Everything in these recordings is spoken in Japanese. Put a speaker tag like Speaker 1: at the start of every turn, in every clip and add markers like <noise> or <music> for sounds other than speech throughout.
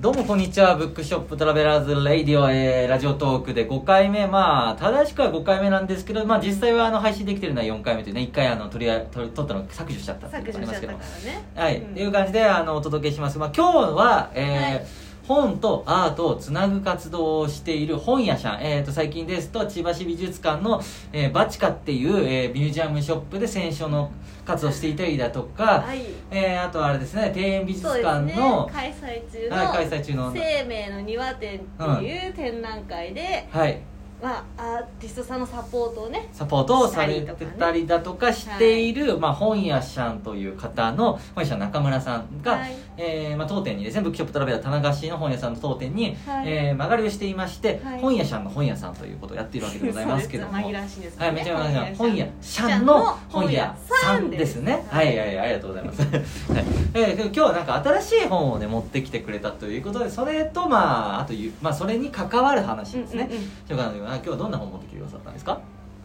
Speaker 1: どうもこんにちはブックショップトラベラーズレイディオ、えーラジオトークで5回目まあ正しくは5回目なんですけど、まあ、実際はあの配信できてるのは4回目というね1回あの取りあ取り取ったの削除しちゃったっていう
Speaker 2: 削
Speaker 1: のがあ
Speaker 2: 除
Speaker 1: り
Speaker 2: し
Speaker 1: ま
Speaker 2: ちゃ
Speaker 1: す
Speaker 2: っ
Speaker 1: け
Speaker 2: た
Speaker 1: ど
Speaker 2: か
Speaker 1: も
Speaker 2: らね
Speaker 1: はい、
Speaker 2: うん
Speaker 1: っていう感じであのお届けします、まあ、今日は、えー
Speaker 2: はい
Speaker 1: 本とアートをつなぐ活動をしている本屋さん、えー、と最近ですと千葉市美術館の、えーバチカっていう、えーミュージアムショップで選書の活動をしていたりだとか、
Speaker 2: はい
Speaker 1: えーあとはあれですね庭園美術
Speaker 2: そうです
Speaker 1: 館
Speaker 2: ね
Speaker 1: の、
Speaker 2: 開催中の
Speaker 1: はい開催中の
Speaker 2: 生命の庭展っていう展覧会で、
Speaker 1: はい、
Speaker 2: まあ、アーティストさんのサポートをね
Speaker 1: サポートをされてたりだとかしている、まあ、本屋さんという方の本屋さん中村さんが、
Speaker 2: はい
Speaker 1: えーまあ、当店にですねブックショップトラベラー田中市の本屋さんの当店に、
Speaker 2: はい
Speaker 1: えー曲がりをしていまして、
Speaker 2: はい
Speaker 1: 本屋さんの本屋さんということをやっているわけでございますけども。
Speaker 2: <laughs> そうです紛らわしいですね
Speaker 1: はい、めちゃめちゃ本屋
Speaker 2: ん
Speaker 1: さんの本屋さんですね。
Speaker 2: は
Speaker 1: はいい、はい、ありがとうございます。 <laughs> はい、えー今日はなんか新しい本をね持ってきてくれたということで、それとまああとゆまあそれに関わる話ですね
Speaker 2: うんうんうん。
Speaker 1: ということで今日はどんな本を持ってきてくださったんですか。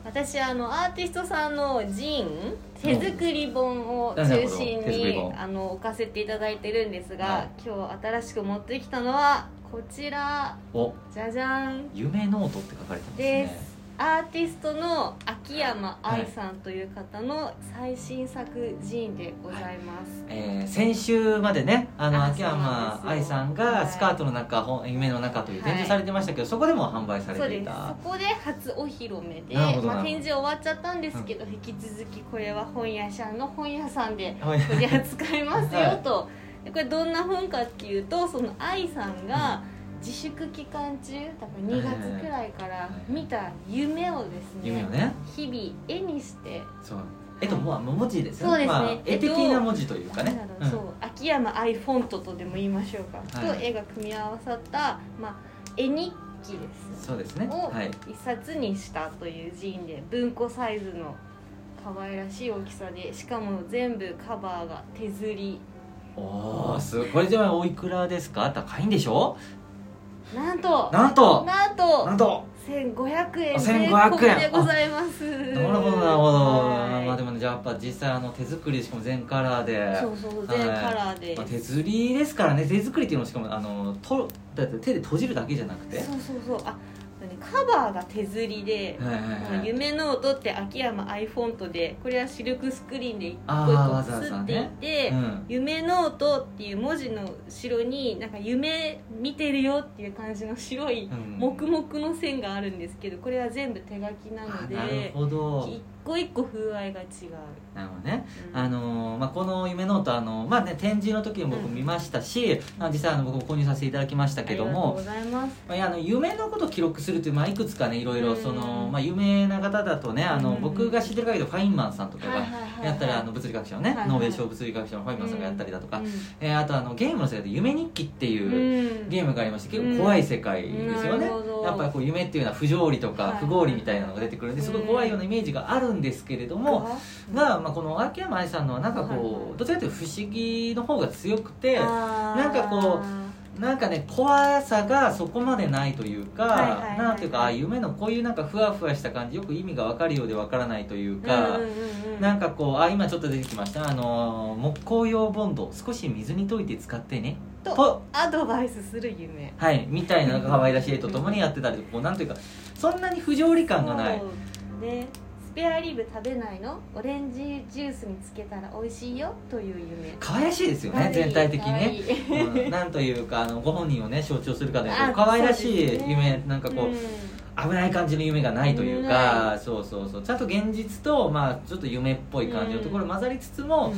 Speaker 2: 私あのアーティストさんのジン手作り本を中心
Speaker 1: なるほど手作り
Speaker 2: に、
Speaker 1: 本
Speaker 2: あの置かせていただいてるんですが、
Speaker 1: はい
Speaker 2: 今日新しく持ってきたのはこちら
Speaker 1: お、
Speaker 2: じゃじゃん
Speaker 1: 夢ノートって書かれてます
Speaker 2: で
Speaker 1: ね。
Speaker 2: すアーティストの秋山愛さんという方の最新作「ジーン」でございます、
Speaker 1: えー先週までねあの
Speaker 2: あ
Speaker 1: 秋山
Speaker 2: そうなん
Speaker 1: 愛
Speaker 2: ですよ
Speaker 1: さん
Speaker 2: は
Speaker 1: が
Speaker 2: い
Speaker 1: 「スカートの中、本夢の中」という展示されてましたけど、そこでも販売され
Speaker 2: そう
Speaker 1: て
Speaker 2: で
Speaker 1: い
Speaker 2: す
Speaker 1: た
Speaker 2: そこで初お披露目で、
Speaker 1: なるほどなるほ
Speaker 2: ま
Speaker 1: ど
Speaker 2: あ、展示終わっちゃったんですけど、引き続きこれは本屋さんの本屋さんで
Speaker 1: はい
Speaker 2: 取り扱いま
Speaker 1: <laughs>
Speaker 2: す
Speaker 1: は
Speaker 2: よ
Speaker 1: い
Speaker 2: と、でこれどんな本かっていうとその愛さんが自粛期間中多分2月くらいから見た夢をですね
Speaker 1: 夢をね
Speaker 2: 日々絵にして
Speaker 1: そうえっともうもう文字ですよ
Speaker 2: そうですね
Speaker 1: まあ、
Speaker 2: え
Speaker 1: 絵
Speaker 2: っと
Speaker 1: 的な文字というかね
Speaker 2: なんだろうそう秋山愛フォントとでも言いましょうか、
Speaker 1: はい
Speaker 2: と絵が組み合わさった、まあ、絵日記
Speaker 1: う
Speaker 2: で
Speaker 1: ん
Speaker 2: す
Speaker 1: そうですね
Speaker 2: を
Speaker 1: はい
Speaker 2: 一冊にしたという寺院で文庫サイズの可愛らしい大きさでしかも全部カバーが手刷り
Speaker 1: おーすごいこれじゃあおいくらですか高いんでしょ
Speaker 2: なんと
Speaker 1: なんと
Speaker 2: なんと
Speaker 1: なんと
Speaker 2: 1500円
Speaker 1: あ
Speaker 2: 税
Speaker 1: 1500円
Speaker 2: 込みでございます
Speaker 1: なるほどなるほど、
Speaker 2: はい
Speaker 1: まあでもねじゃあやっぱ実際あの手作りしかも全カラーで
Speaker 2: そうそう全
Speaker 1: はい
Speaker 2: カラーで、
Speaker 1: まあ、手釣りですからね手作りっていうのもしかもあのとだって手で閉じるだけじゃなくて、
Speaker 2: そうそうそうあカバーが手刷りで、
Speaker 1: はいはいはい、
Speaker 2: 夢ノートって秋山アイフォントでこれはシルクスクリーンで一
Speaker 1: あ
Speaker 2: 個
Speaker 1: ー
Speaker 2: 一個刷っていって「
Speaker 1: うん、
Speaker 2: 夢ノート」っていう文字の後ろになんか夢見てるよっていう感じの白い
Speaker 1: うん
Speaker 2: 黙々の線があるんですけどこれは全部手書きな
Speaker 1: あ
Speaker 2: の
Speaker 1: なる
Speaker 2: で
Speaker 1: ほど
Speaker 2: 一個一個風合いが違う、
Speaker 1: なるほどね
Speaker 2: うん
Speaker 1: あのーまあ、この夢ノートあのー、まあね、展示の時も僕
Speaker 2: うん
Speaker 1: 見ましたし、あ実際あの僕も購入させていただきましたけども
Speaker 2: ありがとうございます
Speaker 1: まあいやあの夢のことを記録するという、まあ、いくつかねいろいろその、
Speaker 2: うん
Speaker 1: まあ、有名な方だとねあの、
Speaker 2: うん
Speaker 1: 僕が知ってる限りファインマンさんとか
Speaker 2: はいはい
Speaker 1: が
Speaker 2: はいはい
Speaker 1: やったりあの物理学者のね、
Speaker 2: はいはい
Speaker 1: ノーベル賞物理学者のファインマンさんがやったりだとか、
Speaker 2: うん
Speaker 1: えーあとあのゲームの世界で「夢日記」っていう、
Speaker 2: うん
Speaker 1: ゲームがありまして結構怖い世界ですよね、
Speaker 2: うんなるほど
Speaker 1: やっぱりこう夢っていうのは不条理と
Speaker 2: はい
Speaker 1: か不合理みたいなのが出てくるんですごい怖いようなイメージがあるんですけれども、が、まあ、この秋山愛さんのはなんか
Speaker 2: はい
Speaker 1: こ
Speaker 2: はいう
Speaker 1: どちらかというと不思議の方が強くて
Speaker 2: あー
Speaker 1: なんかこなんかね怖さがそこまでないというか、
Speaker 2: はいはいはい
Speaker 1: なんていうかあ夢のこういうなんかふわふわした感じよく意味が分かるようで分からないというか。
Speaker 2: うんうんうん
Speaker 1: なんかこうあ今ちょっと出てきましたあの木工用ボンド少し水に溶いて使ってね
Speaker 2: と
Speaker 1: ぽ
Speaker 2: アドバイスする夢
Speaker 1: はい、みたいな可愛らしい絵とともにやってたりとかこうなんというかそんなに不条理感がない
Speaker 2: そうでスペアリブ食べないのオレンジジュースにつけたら美味しいよという夢
Speaker 1: 可愛らしいですよ
Speaker 2: 可
Speaker 1: ね
Speaker 2: 愛い
Speaker 1: 全体的に
Speaker 2: 可
Speaker 1: ね、
Speaker 2: 愛い
Speaker 1: うんなんというかあのご本人をね象徴するかのよう
Speaker 2: あ
Speaker 1: に可愛らしい
Speaker 2: そうですね
Speaker 1: 夢、なんかこう、
Speaker 2: うん
Speaker 1: 危ない感じの夢がないというか、
Speaker 2: な
Speaker 1: そうそうそうちゃんと現実と、まあ、ちょっと夢っぽい感じのところ混ざりつつも、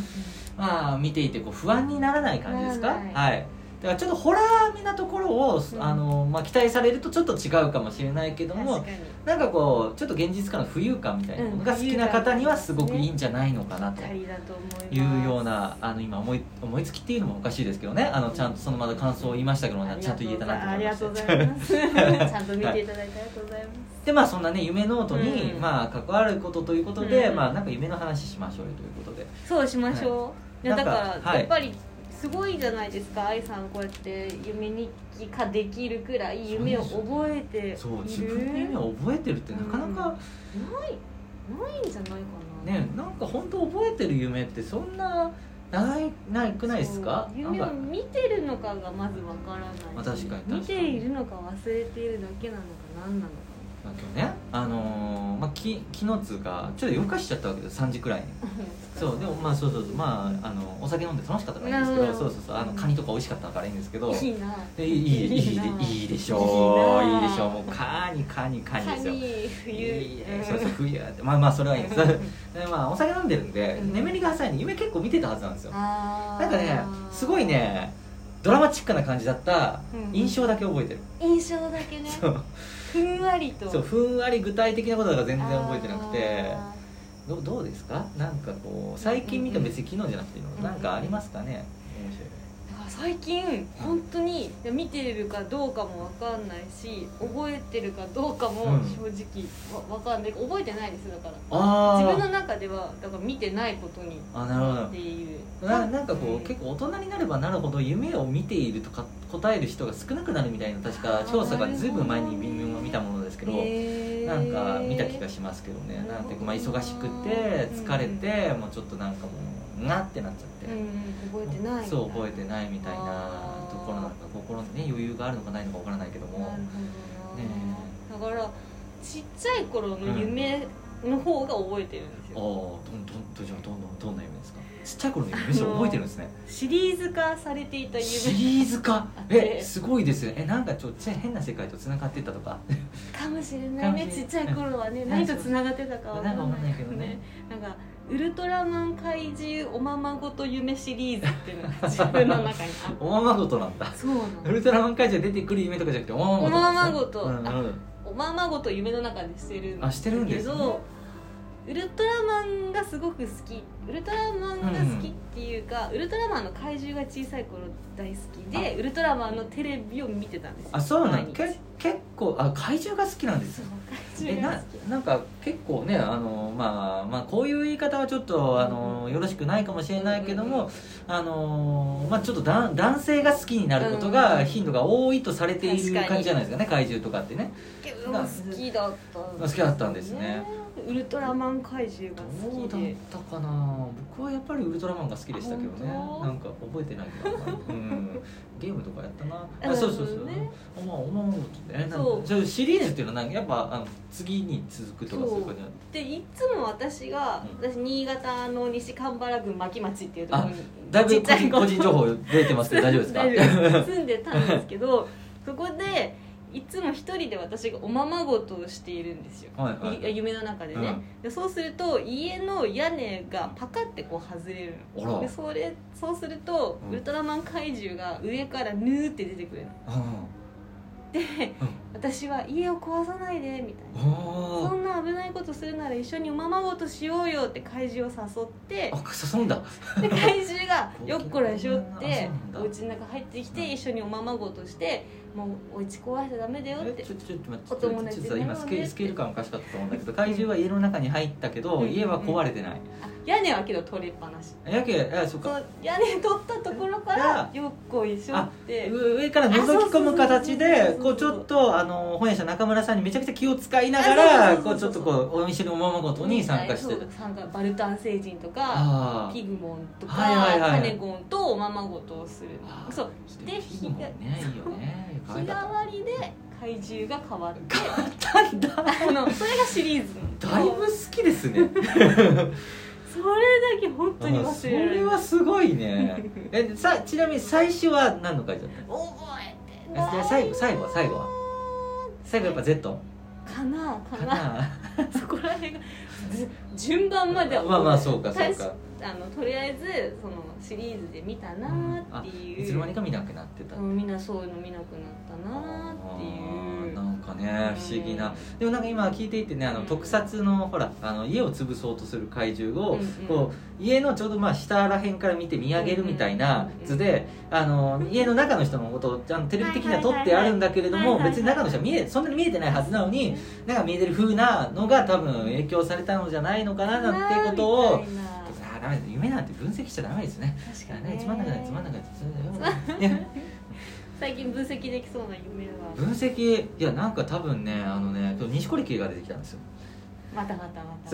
Speaker 1: まあ見ていてこう不安にならない感じですか
Speaker 2: ならない
Speaker 1: はいだからちょっとホラーめなところを、
Speaker 2: うん
Speaker 1: あのまあ、期待されるとちょっと違うかもしれないけども
Speaker 2: 確かに
Speaker 1: なんかこうちょっと現実感の浮遊感みたいなものが
Speaker 2: うん
Speaker 1: 好きな方にはすごくいいんじゃないのかなと
Speaker 2: 二人だと思います
Speaker 1: いうようなあの今思い思いつきっていうのもおかしいですけどねあのちゃんとそのまだ感想を言いましたけど
Speaker 2: あり
Speaker 1: ちゃ
Speaker 2: が
Speaker 1: んと
Speaker 2: う
Speaker 1: 言えたなと思いました
Speaker 2: ありがとうございます
Speaker 1: <laughs>
Speaker 2: ちゃんと見
Speaker 1: は
Speaker 2: て
Speaker 1: い
Speaker 2: いただいてありがとうございます
Speaker 1: でまあそんなね夢ノートに、
Speaker 2: うん
Speaker 1: まあ、関わることということで、
Speaker 2: うん
Speaker 1: まあなんか夢の話しましょうよということで
Speaker 2: そうしましょう、いや
Speaker 1: な
Speaker 2: だ
Speaker 1: んか
Speaker 2: から、
Speaker 1: はい
Speaker 2: やっぱりすごいじゃないですか愛さんこうやって夢日記化できるくらい夢を覚えている
Speaker 1: そう自分の夢を覚えてるってなかなか
Speaker 2: ないないんじゃないかな
Speaker 1: ねなんか本当覚えてる夢ってそんなないないくないですか
Speaker 2: そう夢
Speaker 1: な
Speaker 2: を
Speaker 1: んか
Speaker 2: 見てるのかがまずわからない、
Speaker 1: まあ確かに確かに
Speaker 2: 見ているのか忘れているだけなのか何なのか
Speaker 1: まあ今日ねあのーまあ、き昨日つうかちょっと夜更かしちゃったわけです3時くらいにそうでもまあそうそうそうまああのお酒飲んで楽しかったからいいんですけど
Speaker 2: なるほ
Speaker 1: そ
Speaker 2: ど
Speaker 1: うそうそうあのカニとか美味しかったからいいんですけど
Speaker 2: いいな
Speaker 1: でいいいいいい
Speaker 2: な
Speaker 1: でいいでしょうい
Speaker 2: ない
Speaker 1: でしょうもうカニカニカニですよ
Speaker 2: 寒い冬
Speaker 1: いいえそうそう冬ってまあまあそれはいい
Speaker 2: <laughs>
Speaker 1: んですでまあお酒飲んでるんで
Speaker 2: うん
Speaker 1: 眠りが浅いんで夢結構見てたはずなんですよ
Speaker 2: あー
Speaker 1: なんかねすごいねドラマチックな感じだった
Speaker 2: うん
Speaker 1: 印象だけ覚えてる、
Speaker 2: 印象だけね
Speaker 1: そう
Speaker 2: ふんわりと
Speaker 1: そうふんわり具体的なことが全然覚えてなくて
Speaker 2: あ
Speaker 1: どうどうですかなんかこう最近見た別に昨日じゃなくていいの、
Speaker 2: うん
Speaker 1: なんかありますかね、
Speaker 2: ーだから最近本当に見てるかどうかもわかんないし覚えてるかどうかも
Speaker 1: うん
Speaker 2: 正直わわかんない覚えてないですだから
Speaker 1: ああ
Speaker 2: 自分の中ではだから見てないことに
Speaker 1: あなるほ
Speaker 2: っていう
Speaker 1: どななんかこう、
Speaker 2: うん
Speaker 1: 結構大人になればなるほど夢を見ているとか答える人が少なくなるみたいな確か調査がずいぶん前に自分は見たものですけど、
Speaker 2: へー
Speaker 1: なんか見た気がしますけどねなんていうかまあ忙しくて疲れて、もうちょっとなんかもうなってなっちゃって、
Speaker 2: うんうん覚えてない
Speaker 1: そう覚えて
Speaker 2: い
Speaker 1: ないみたいな
Speaker 2: あー
Speaker 1: ところなんか心にね余裕があるのかないのかわからないけども
Speaker 2: なる
Speaker 1: ね
Speaker 2: ほどなだからちっちゃい頃の夢の方が覚えてるんです
Speaker 1: ああど
Speaker 2: よ、
Speaker 1: んどんどんじゃあどんどんどんな夢ですかちっちゃい頃の夢それ覚えてるんですね
Speaker 2: シリーズ化されていた夢
Speaker 1: シリーズ化え
Speaker 2: で
Speaker 1: すごいですねえなんかちょっと変な世界とつながってったとか
Speaker 2: かもしれな
Speaker 1: か
Speaker 2: いね
Speaker 1: もしれ
Speaker 2: ち
Speaker 1: な
Speaker 2: っ
Speaker 1: い
Speaker 2: ちゃい頃はね
Speaker 1: ん
Speaker 2: 何とつながってたかわかん
Speaker 1: なんかわかん
Speaker 2: な
Speaker 1: ない
Speaker 2: い
Speaker 1: けどね
Speaker 2: なんかウルトラマン怪獣おままごと夢シリーズっていうのが自分の中にあっ
Speaker 1: <laughs> おままごとなんだ
Speaker 2: たそうな
Speaker 1: ウ
Speaker 2: の
Speaker 1: ルトラマン会社出てくる夢とかじゃなくておままごとなんですね
Speaker 2: おまま
Speaker 1: うんうん
Speaker 2: ごとおままごと夢の中でしてるん
Speaker 1: あしてるんですね
Speaker 2: けどウルトラマンがすごく好きウルトラマンが好きっていうか、ウルトラマンの怪獣が小さい頃大好きでウルトラマンのテレビを見てたんですよ
Speaker 1: あそうなん
Speaker 2: 毎日
Speaker 1: け結構あ怪獣が好きなんです
Speaker 2: そ
Speaker 1: よえ
Speaker 2: う怪獣が
Speaker 1: な
Speaker 2: 好き
Speaker 1: なんか結構ねあの、まあ、まあこういう言い方はちょっとあの、よろしくないかもしれないけども、あのまあ、ちょっとだ男性が好きになること
Speaker 2: う
Speaker 1: が
Speaker 2: ん
Speaker 1: 頻度が多いとされてい
Speaker 2: 確
Speaker 1: る
Speaker 2: かに
Speaker 1: 感じじゃないですかね怪獣とかってね
Speaker 2: けど好きだったんで
Speaker 1: 好
Speaker 2: すよね
Speaker 1: きだったんですね
Speaker 2: ウルトラマン怪獣が
Speaker 1: ど
Speaker 2: 好
Speaker 1: うだ
Speaker 2: き
Speaker 1: っ
Speaker 2: で
Speaker 1: たかな僕はやっぱりウルトラマンが好きでしたけどね
Speaker 2: あ本当
Speaker 1: なんか覚えてないけどな、うん、ゲームとかやったなあ
Speaker 2: うん
Speaker 1: そうそうそう、
Speaker 2: ね
Speaker 1: おまあおままごとねなんか
Speaker 2: そう
Speaker 1: そうシリーズっていうのはなんかやっぱあの次に続くとかそういう感じなの
Speaker 2: でいつも私が、
Speaker 1: うん
Speaker 2: 私新潟の西蒲原郡牧町っていうところに
Speaker 1: だいぶ
Speaker 2: ちっ
Speaker 1: 個
Speaker 2: ちゃ
Speaker 1: 人
Speaker 2: い頃
Speaker 1: 個人情報出て
Speaker 2: <laughs>
Speaker 1: ますけど大丈夫ですか
Speaker 2: 住んでたんですけどそこでいつも一人で私がおままごとをしているんですよ、
Speaker 1: はいはい
Speaker 2: い夢の中でね、でそうすると家の屋根がパカってこう外れる
Speaker 1: あら
Speaker 2: のでそれそうすると、
Speaker 1: うん
Speaker 2: ウルトラマン怪獣が上からヌーって出てくるので私は家を壊さないでみたいなそんな危ないことするなら一緒におままごとしようよって怪獣を誘って
Speaker 1: ああ誘うんだ
Speaker 2: で怪獣が「
Speaker 1: こう
Speaker 2: よっこらしょ」って
Speaker 1: あそうなんだ
Speaker 2: お家の中入ってき
Speaker 1: うん
Speaker 2: て一緒におままごとして「もうお家壊しちゃダメだよ」って
Speaker 1: えちょちょっと待って
Speaker 2: お友達
Speaker 1: ちょっと今スケ
Speaker 2: なので
Speaker 1: スケール感おかしかったと思うんだけど怪獣は家の中に入ったけど
Speaker 2: うん
Speaker 1: 家は壊れてない
Speaker 2: あ屋根はけど取れっぱなし
Speaker 1: やけあそっ
Speaker 2: そ
Speaker 1: か
Speaker 2: う屋根取ったところか
Speaker 1: あ
Speaker 2: ら「よっこいしょ」って
Speaker 1: う上から覗き込む形
Speaker 2: あ
Speaker 1: で
Speaker 2: そう
Speaker 1: こ
Speaker 2: そううそうそう
Speaker 1: ちょっとあの本屋さん中村さんにめちゃくちゃ気を使いなが
Speaker 2: あ
Speaker 1: ら
Speaker 2: そ
Speaker 1: こ
Speaker 2: うそうう
Speaker 1: ち
Speaker 2: そ
Speaker 1: ょ
Speaker 2: う
Speaker 1: っと
Speaker 2: そう
Speaker 1: こうお店のおままごとに参加して
Speaker 2: そ
Speaker 1: た
Speaker 2: う参加バルタン星人とか
Speaker 1: あ
Speaker 2: ピグモンとか、
Speaker 1: はいはいはい
Speaker 2: カネゴンとおままごとをする
Speaker 1: あ
Speaker 2: そうで
Speaker 1: で
Speaker 2: 日
Speaker 1: 日
Speaker 2: が
Speaker 1: もねいいよね可
Speaker 2: 日
Speaker 1: 愛かった
Speaker 2: 替わりで怪獣が変わって
Speaker 1: だんだん
Speaker 2: あの <laughs> それがシリーズ
Speaker 1: だいぶ好きですね
Speaker 2: それだけ本当に
Speaker 1: あ
Speaker 2: 忘
Speaker 1: そ
Speaker 2: れられ
Speaker 1: れ
Speaker 2: ない
Speaker 1: はすごいねえさちなみに最初は何の会だっ
Speaker 2: 覚えて
Speaker 1: た
Speaker 2: な
Speaker 1: え最
Speaker 2: い
Speaker 1: 後最後は最後は最後やっぱ Z
Speaker 2: かなか
Speaker 1: か
Speaker 2: な
Speaker 1: な
Speaker 2: <laughs> そこら辺がず順番までは
Speaker 1: まあまあそうかそう
Speaker 2: 確
Speaker 1: か
Speaker 2: かあのとりあえずそのシリーズで見たなーっていう、
Speaker 1: いつの間にか見なくなってた
Speaker 2: うんみんなそういうの見なくなったなーっていう
Speaker 1: あーなんかね不思議な
Speaker 2: う
Speaker 1: でもなんか今聞いていてねあの
Speaker 2: うん
Speaker 1: 特撮のほらあの家を潰そうとする怪獣を
Speaker 2: うんうん
Speaker 1: こう家のちょうどまあ下らへんから見て見上げるみたいな図であの家の中の人のことをあのテレビ的には撮ってあるんだけれど
Speaker 2: はい
Speaker 1: も
Speaker 2: はいはい
Speaker 1: 別に中の人は見えそんなに見えてないはずなのになんか見えてる風なのが多分影響されたのじゃないのかななんてことを
Speaker 2: みたいな
Speaker 1: あーダメです夢なんて分析しちゃダメですね
Speaker 2: 確か
Speaker 1: あ
Speaker 2: に
Speaker 1: ね
Speaker 2: ね
Speaker 1: つまんなくないつまんなくないつまんなくない
Speaker 2: <laughs>
Speaker 1: ね
Speaker 2: 最近分析できそうな夢は
Speaker 1: 分析いやなんか多分ねあのね今日錦織圭が出てきたんですよ
Speaker 2: またまたまた